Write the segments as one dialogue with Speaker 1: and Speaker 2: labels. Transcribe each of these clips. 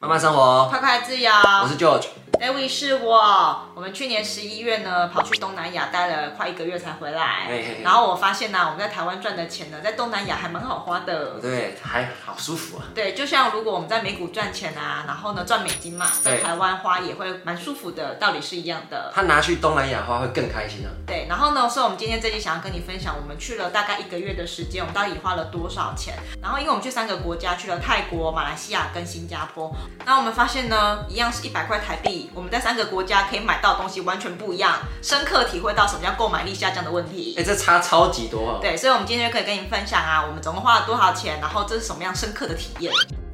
Speaker 1: 慢慢生活，
Speaker 2: 快快自由。
Speaker 1: 我是 George。
Speaker 2: David 是我，我们去年十一月呢跑去东南亚待了快一个月才回来，
Speaker 1: 嘿嘿嘿
Speaker 2: 然后我发现呢、我们在台湾赚的钱呢，在东南亚还蛮好花的。
Speaker 1: 哦对，还好舒服啊。
Speaker 2: 对，就像如果我们在美股赚钱啊，然后呢赚美金嘛，在
Speaker 1: 对
Speaker 2: 台湾花也会蛮舒服的，道理是一样的。
Speaker 1: 他拿去东南亚花会更开心啊。
Speaker 2: 对，然后呢，所以我们今天这期想要跟你分享，我们去了大概一个月的时间，我们到底花了多少钱？然后因为我们去三个国家，去了泰国、马来西亚跟新加坡，那我们发现呢，一样是一百块台币，我们在三个国家可以买到的东西完全不一样，深刻体会到什么叫购买力下降的问题
Speaker 1: 哎、。这差超级多哦。
Speaker 2: 对，所以我们今天就可以跟你分享啊，我们总共花了多少钱，然后这是什么样深刻的体验。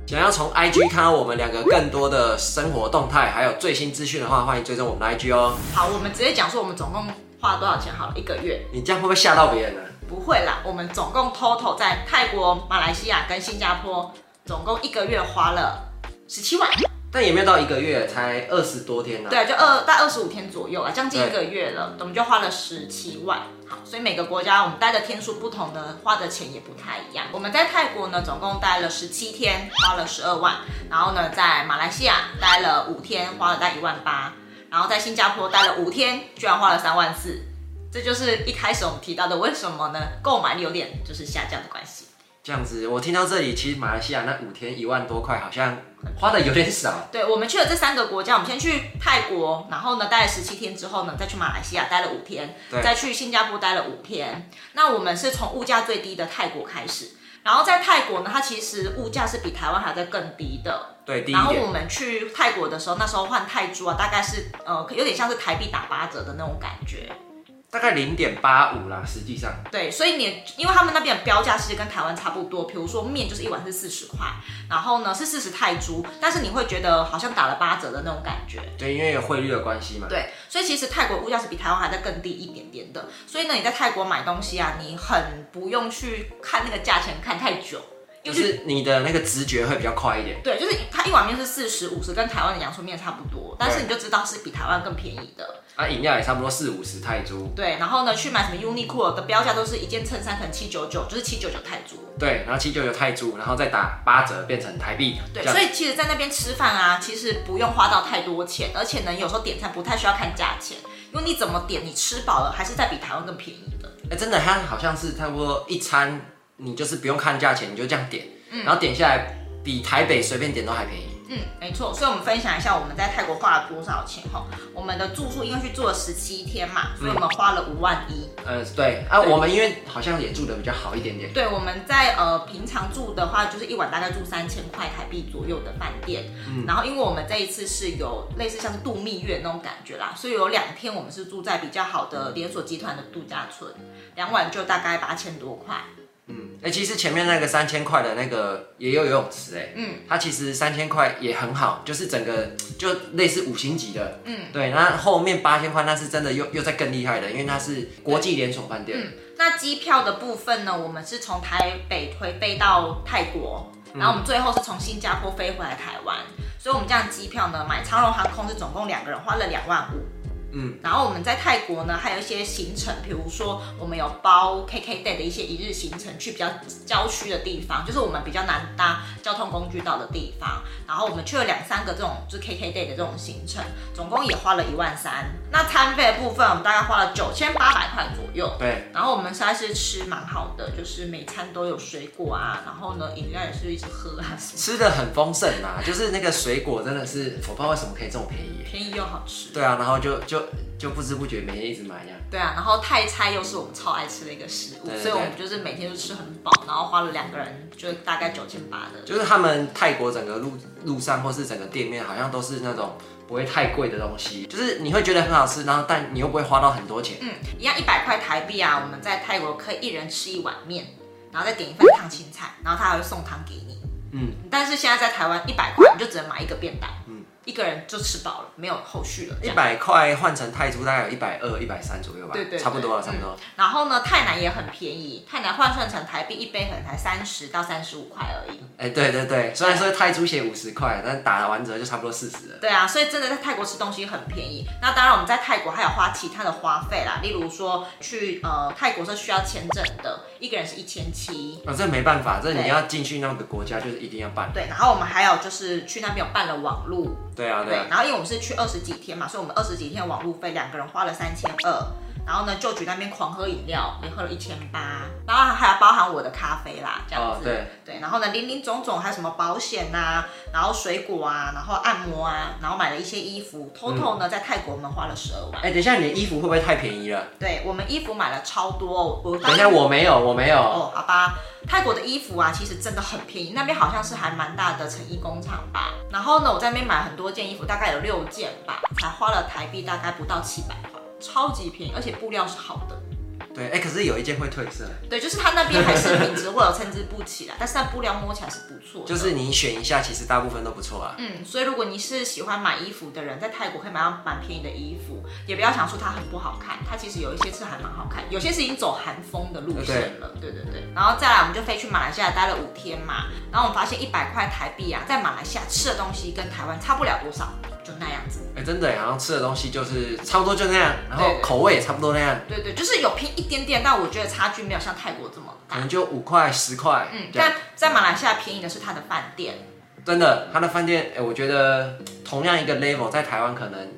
Speaker 1: 想要从 IG 看到我们两个更多的生活动态，还有最新资讯的话，欢迎追踪我们的 IG 哦。
Speaker 2: 好，我们直接讲说我们总共花了多少钱好了，一个月。
Speaker 1: 你这样会不会吓到别人呢、啊
Speaker 2: 不会啦，我们总共 total 在泰国、马来西亚跟新加坡，总共一个月花了十七万，
Speaker 1: 但也没有到一个月，才二十多天呢、啊。
Speaker 2: 对，就二大二十五天左右啊，将近一个月了，我们就花了十七万。好，所以每个国家我们待的天数不同呢，花的钱也不太一样。我们在泰国呢，总共待了十七天，花了十二万；然后呢，在马来西亚待了五天，花了大概一万八；然后在新加坡待了五天，居然花了三万四。这就是一开始我们提到的，为什么呢？购买力有点就是下降的关系。
Speaker 1: 这样子，我听到这里，其实马来西亚那五天一万多块，好像花的有点少。
Speaker 2: 对，我们去了这三个国家，我们先去泰国，然后呢待了十七天之后呢，再去马来西亚待了五天，
Speaker 1: 对
Speaker 2: 再去新加坡待了五天。那我们是从物价最低的泰国开始，然后在泰国呢，它其实物价是比台湾还在更低的。
Speaker 1: 对，第一
Speaker 2: 然后
Speaker 1: 点
Speaker 2: 我，们去泰国的时候，那时候换泰铢啊，大概是呃有点像是台币打八折的那种感觉。
Speaker 1: 大概零点八五啦，实际上。
Speaker 2: 对，所以你因为他们那边的标价其实跟台湾差不多，比如说面就是一碗是四十块，然后呢是四十泰铢，但是你会觉得好像打了八折的那种感觉。
Speaker 1: 对，因为有汇率的关系嘛。
Speaker 2: 对，所以其实泰国物价是比台湾还在更低一点点的，所以呢，你在泰国买东西啊，你很不用去看那个价钱看太久，
Speaker 1: 就
Speaker 2: 因为就是
Speaker 1: 是你的那个直觉会比较快一点。
Speaker 2: 对，就是它一碗面是四十五十，跟台湾的洋葱面差不多，但是你就知道是比台湾更便宜的。
Speaker 1: 啊，饮料也差不多四五十泰铢。
Speaker 2: 对，然后呢，去买什么 Uniqlo 的标价都是一件衬衫可能七九九，就是七九九泰铢。
Speaker 1: 对，然后七九九泰铢，然后再打八折变成台币。
Speaker 2: 对，
Speaker 1: 这样
Speaker 2: 所以其实，在那边吃饭啊，其实不用花到太多钱，而且呢，有时候点餐不太需要看价钱，因为你怎么点，你吃饱了还是在比台湾更便宜的。
Speaker 1: 哎、真的，它好像是差不多一餐，你就是不用看价钱，你就这样点，然后点下来比台北随便点都还便宜。
Speaker 2: 嗯，没错，所以我们分享一下我们在泰国花了多少钱哈。我们的住宿因为去住了十七天嘛，所以我们花了五万一。
Speaker 1: 呃，对啊，
Speaker 2: 对
Speaker 1: 我们因为好像也住的比较好一点点，
Speaker 2: 对，我们在呃平常住的话，就是一晚大概住三千块台币左右的饭店。然后因为我们这一次是有类似像是度蜜月那种感觉啦，所以有两天我们是住在比较好的连锁集团的度假村，两晚就大概八千多块。
Speaker 1: 嗯，哎、其实前面那个三千块的那个也有游泳池、哎，
Speaker 2: 嗯
Speaker 1: 嗯，它其实三千块也很好，就是整个就类似五星级的，嗯，对，那后面八千块那是真的又又在更厉害的，因为它是国际连锁饭店，
Speaker 2: 嗯那机票的部分呢，我们是从台北飞飞到泰国，然后我们最后是从新加坡飞回来台湾，所以我们这样机票呢，买长荣航空是总共两个人花了两万五。
Speaker 1: 嗯，
Speaker 2: 然后我们在泰国呢，还有一些行程，比如说我们有包 KK day 的一些一日行程，去比较郊区的地方，就是我们比较难搭交通工具到的地方。然后我们去了两三个这种就是 KK day 的这种行程，总共也花了一万三。那餐费的部分，我们大概花了九千八百块左右。
Speaker 1: 对，
Speaker 2: 然后我们现在是吃蛮好的，就是每餐都有水果啊，然后呢饮料也是一直喝啊，什么
Speaker 1: 吃的很丰盛啊，就是那个水果真的是我不知道为什么可以这么便宜、哎
Speaker 2: 便宜又好吃。
Speaker 1: 对啊，然后就就就不知不觉每天一直买这样。
Speaker 2: 对啊，然后泰菜又是我们超爱吃的一个食物，
Speaker 1: 对对
Speaker 2: 所以我们就是每天都吃很饱，然后花了两个人就大概九千八的。
Speaker 1: 就是他们泰国整个路路上或是整个店面，好像都是那种不会太贵的东西，就是你会觉得很好吃，然后但你又不会花到很多钱。
Speaker 2: 嗯，一样一百块台币啊，我们在泰国可以一人吃一碗面，然后再点一份烫青菜，然后他还会送汤给你。
Speaker 1: 嗯，
Speaker 2: 但是现在在台湾一百块你就只能买一个便当，嗯，一一个人就吃饱了，没有后续了。这
Speaker 1: 一
Speaker 2: 样
Speaker 1: 百块换成泰铢大概有一百二、一百三左右吧，
Speaker 2: 对对对
Speaker 1: 差不多啊了，差不多。
Speaker 2: 然后呢，泰南也很便宜，泰南换算成台币一杯可能才三十到三十五块而已。
Speaker 1: 哎、对对对，虽然说泰铢写五十块，但打完折就差不多四十了。
Speaker 2: 对啊，所以真的在泰国吃东西很便宜。那当然，我们在泰国还有花其他的花费啦，例如说去呃泰国是需要签证的，一个人是一千七。
Speaker 1: 哦，这没办法，这
Speaker 2: 对
Speaker 1: 你要进去那个国家就是一定要办。
Speaker 2: 对，然后我们还有就是去那边有办了网路，
Speaker 1: 对啊，对
Speaker 2: 对
Speaker 1: 啊，，
Speaker 2: 然后因为我们是去二十几天嘛，所以我们二十几天网路费两个人花了三千二，然后呢就局那边狂喝饮料也喝了一千八，然后还有包含我的咖啡啦，这样
Speaker 1: 哦
Speaker 2: 子。
Speaker 1: 对，
Speaker 2: 对，然后呢，林林总总还有什么保险呐、啊然后水果啊，然后按摩啊，然后买了一些衣服，total
Speaker 1: 嗯
Speaker 2: 呢、在泰国我们花了十二万。
Speaker 1: 哎、等一下，你的衣服会不会太便宜了？
Speaker 2: 对我们衣服买了超多哦，我
Speaker 1: 等一下，我没有，我没有。
Speaker 2: 哦，好吧，泰国的衣服啊，其实真的很便宜，那边好像是还蛮大的成衣工厂吧。然后呢，我在那边买很多件衣服，大概有六件吧，才花了台币大概不到七百块，超级便宜，而且布料是好的。
Speaker 1: 对，哎、可是有一件会褪色，
Speaker 2: 对，就是它那边还是 品质会有参差不齐啦，但是它布料摸起来是不错的。
Speaker 1: 就是你选一下，其实大部分都不错啊。
Speaker 2: 嗯，所以如果你是喜欢买衣服的人，在泰国可以买到蛮便宜的衣服，也不要想说它很不好看，它其实有一些是还蛮好看，有些是已经走韩风的路线了，对对对。然后再来，我们就飞去马来西亚待了五天嘛，然后我们发现一百块台币啊，在马来西亚吃的东西跟台湾差不了多少，就那样子。
Speaker 1: 哎、真的耶，然后吃的东西就是差不多就那样，然
Speaker 2: 对
Speaker 1: 后
Speaker 2: 对
Speaker 1: 口味也差不多那样，
Speaker 2: 对对，就是有拼一点点，但我觉得差距没有像泰国这么
Speaker 1: 可
Speaker 2: 大。
Speaker 1: 能就五块十块。
Speaker 2: 嗯，
Speaker 1: 这样
Speaker 2: 但在马来西亚便宜的是它的饭店，
Speaker 1: 真的，他的饭店，哎、我觉得同样一个 level 在台湾可能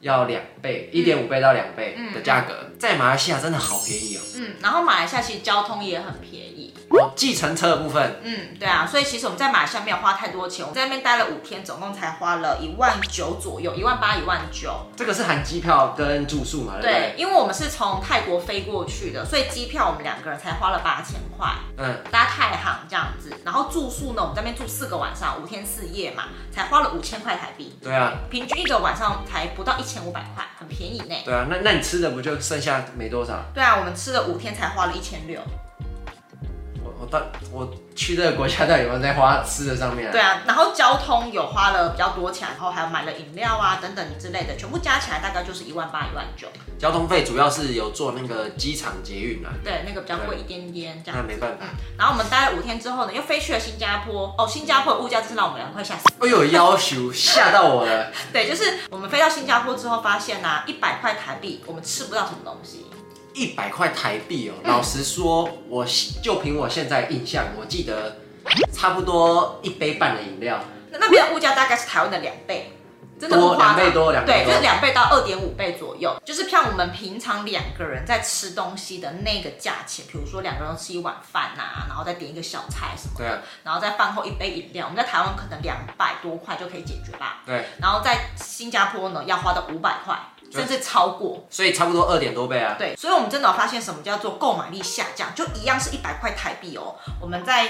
Speaker 1: 要两倍，
Speaker 2: 嗯
Speaker 1: 一点五倍到两倍的价格，在马来西亚真的好便宜哦。
Speaker 2: 嗯，然后马来西亚其实交通也很便宜，
Speaker 1: 哦，计程车的部分，
Speaker 2: 嗯，对啊，所以其实我们在马来西亚没有花太多钱，我们在那边待了五天，总共才花了一万九左右，一万八、一万九。
Speaker 1: 这个是含机票跟住宿嘛？对不
Speaker 2: 对
Speaker 1: 对？，
Speaker 2: 因为我们是从泰国飞过去的，所以机票我们两个人才花了八千块，
Speaker 1: 嗯，
Speaker 2: 搭泰航这样子。然后住宿呢，我们在那边住四个晚上，五天四夜嘛，才花了五千块台币，
Speaker 1: 对啊，
Speaker 2: 平均一个晚上才不到一千五百块，很便宜呢。
Speaker 1: 对啊，那那你吃的不就剩下没多少？
Speaker 2: 对啊，我们吃了五天才花了一千六。
Speaker 1: 我我到我去这个国家到底有没有在花吃的上面、啊？
Speaker 2: 对啊，然后交通有花了比较多钱，然后还有买了饮料啊等等之类的，全部加起来大概就是一万八、一万九。
Speaker 1: 交通费主要是有坐那个机场捷运啊，
Speaker 2: 对，那个比较贵一点点这
Speaker 1: 那
Speaker 2: 样。
Speaker 1: 没办法。
Speaker 2: 然后我们待了五天之后呢，又飞去了新加坡。哦，新加坡的物价真是让我们两个快吓死。
Speaker 1: 哎呦，要求吓到我了，
Speaker 2: 对，就是我们飞到新加坡之后，发现呐、啊，一百块台币我们吃不到什么东西。
Speaker 1: 一百块台币哦。老实说，我就凭我现在印象，我记得差不多一杯半的饮料，
Speaker 2: 那那边的物价大概是台湾的两倍，真的
Speaker 1: 多
Speaker 2: 不夸
Speaker 1: 两倍
Speaker 2: 张。
Speaker 1: 多，两倍
Speaker 2: 对，就是
Speaker 1: 多。
Speaker 2: 两倍到二点五倍左右，就是像我们平常两个人在吃东西的那个价钱，比如说两个人吃一碗饭呐、然后再点一个小菜什么
Speaker 1: 对啊
Speaker 2: 的，然后再饭后一杯饮料，我们在台湾可能两百多块就可以解决吧。
Speaker 1: 对，
Speaker 2: 然后在新加坡呢要花到五百块，甚至超过。
Speaker 1: 所以差不多二点多倍啊。
Speaker 2: 对，所以我们真的有发现什么叫做购买力下降，就一样是一百块台币哦。我们在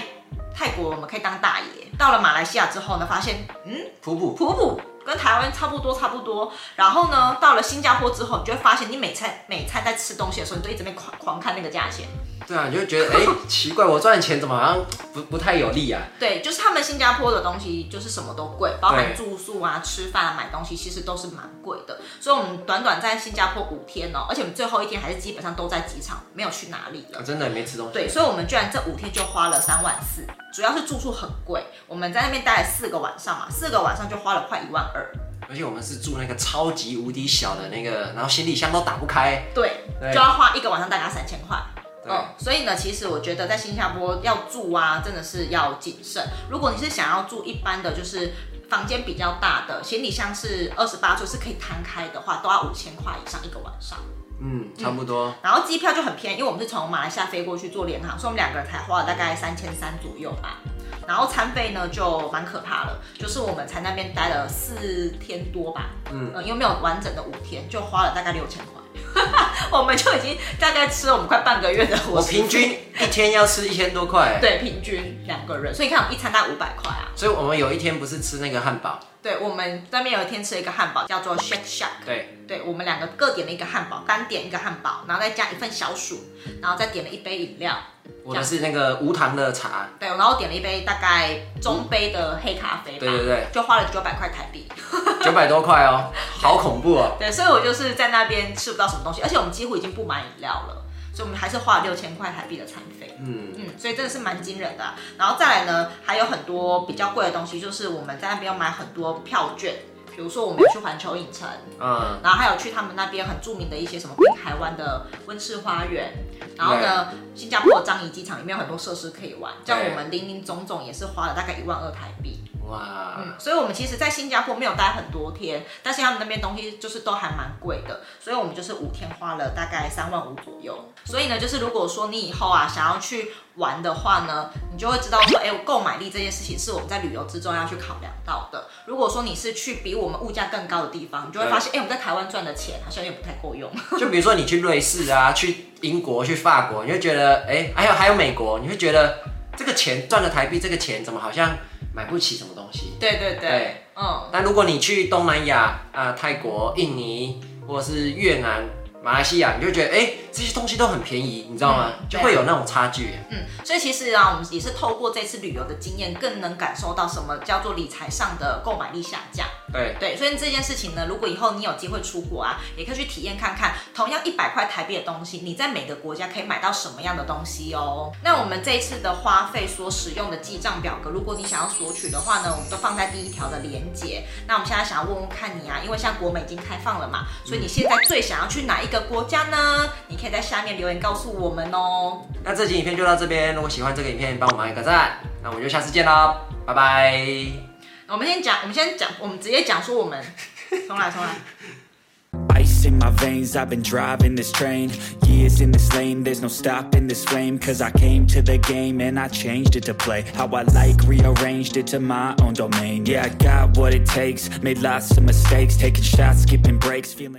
Speaker 2: 泰国我们可以当大爷，到了马来西亚之后呢，发现嗯
Speaker 1: 普普
Speaker 2: 普普。跟台湾差不多，差不多。然后呢，到了新加坡之后，你就会发现，你每餐每餐在吃东西的时候，你都一直在狂狂看那个价钱。
Speaker 1: 对啊，你就觉得哎、奇怪，我赚的钱怎么好像不不太有利啊？
Speaker 2: 对，就是他们新加坡的东西就是什么都贵，包含
Speaker 1: 对
Speaker 2: 住宿啊、吃饭啊、买东西，其实都是蛮贵的。所以我们短短在新加坡五天哦，而且我们最后一天还是基本上都在机场，没有去哪里
Speaker 1: 我
Speaker 2: 了。
Speaker 1: 真的没吃东西。
Speaker 2: 对，所以我们居然这五天就花了三万四，主要是住宿很贵，我们在那边待了四个晚上嘛，四个晚上就花了快一万二。
Speaker 1: 而且我们是住那个超级无敌小的那个，然后行李箱都打不开。
Speaker 2: 对，
Speaker 1: 对
Speaker 2: 就要花一个晚上大概三千块。
Speaker 1: 对
Speaker 2: 嗯，所以呢，其实我觉得在新加坡要住啊，真的是要谨慎。如果你是想要住一般的，就是房间比较大的，行李箱是二十八寸是可以摊开的话，都要五千块以上一个晚上。
Speaker 1: 嗯，差不多。
Speaker 2: 然后机票就很便宜，因为我们是从马来西亚飞过去做联航，所以我们两个人才花了大概三千三左右吧。然后餐费呢就蛮可怕了，就是我们才那边待了四天多吧，嗯
Speaker 1: 嗯，
Speaker 2: 因为没有完整的五天，就花了大概六千块。 我们就已经大概吃了我们快半个月的伙
Speaker 1: 我
Speaker 2: 食
Speaker 1: 平均一天要吃一千多块、欸，
Speaker 2: 对平均两个人，所以你看我们一餐大概五百块啊。
Speaker 1: 所以我们有一天不是吃那个汉堡，
Speaker 2: 对我们那边有一天吃了一个汉堡，叫做 Shake Shack，
Speaker 1: 对，
Speaker 2: 对我们两个各点了一个汉堡，单点一个汉堡，然后再加一份小薯，然后再点了一杯饮料，
Speaker 1: 我的是那个无糖的茶，
Speaker 2: 对，然后点了一杯大概中杯的黑咖啡吧，
Speaker 1: 对对对，
Speaker 2: 就花了九百块台币。
Speaker 1: 九百多块 哦，好恐怖哦！
Speaker 2: 对，所以我就是在那边吃不到什么东西，而且我们几乎已经不买饮料了，所以我们还是花了六千块台币的餐费。
Speaker 1: 嗯，
Speaker 2: 嗯，所以真的是蛮惊人的啊、然后再来呢，还有很多比较贵的东西，就是我们在那边有买很多票券，比如说我们有去环球影城，
Speaker 1: 嗯，
Speaker 2: 然后还有去他们那边很著名的一些什么滨海湾的温室花园，然后呢，新加坡的樟宜机场里面有很多设施可以玩，这样我们零零总总也是花了大概一万二台币。
Speaker 1: 哇，
Speaker 2: 嗯，所以我们其实，在新加坡没有待很多天，但是他们那边东西就是都还蛮贵的，所以我们就是五天花了大概三万五左右。所以呢，就是如果说你以后啊想要去玩的话呢，你就会知道说，哎、购买力这件事情是我们在旅游之中要去考量到的。如果说你是去比我们物价更高的地方，你就会发现，哎、我们在台湾赚的钱好像有点不太够用。
Speaker 1: 就比如说你去瑞士啊，去英国、去法国，你会觉得，哎、还有还有美国，你会觉得这个钱赚了台币，这个钱怎么好像买不起什么东西？
Speaker 2: 对对对，
Speaker 1: 对
Speaker 2: 嗯，
Speaker 1: 但如果你去东南亚啊、泰国、印尼或者是越南、马来西亚，你就觉得，哎、这些东西都很便宜，你知道吗？
Speaker 2: 嗯
Speaker 1: 就会有那种差距。
Speaker 2: 嗯，所以其实啊，我们也是透过这次旅游的经验，更能感受到什么叫做理财上的购买力下降。
Speaker 1: 对，
Speaker 2: 对，所以这件事情呢，如果以后你有机会出国啊，也可以去体验看看，同样一百块台币的东西，你在每个国家可以买到什么样的东西哦。那我们这一次的花费所使用的记账表格，如果你想要索取的话呢，我们都放在第一条的连接。那我们现在想要问问看你啊，因为像国美已经开放了嘛，所以你现在最想要去哪一个国家呢？你可以在下面留言告诉我们哦。
Speaker 1: 那这集影片就到这边，如果喜欢这个影片，帮我们按个赞。那我们就下次见喽，拜拜。
Speaker 2: 我们先讲，我们先讲，我们直接讲说我们，重来重来。
Speaker 3: Ice in my veins, I've been driving this train. Years in this lane, there's no stopping this flame. Cause I came to the game and I changed it to play. How I like, rearranged it to my own domain. Yeah, I got what it takes, made lots of mistakes, taking shots, skipping breaks, feeling.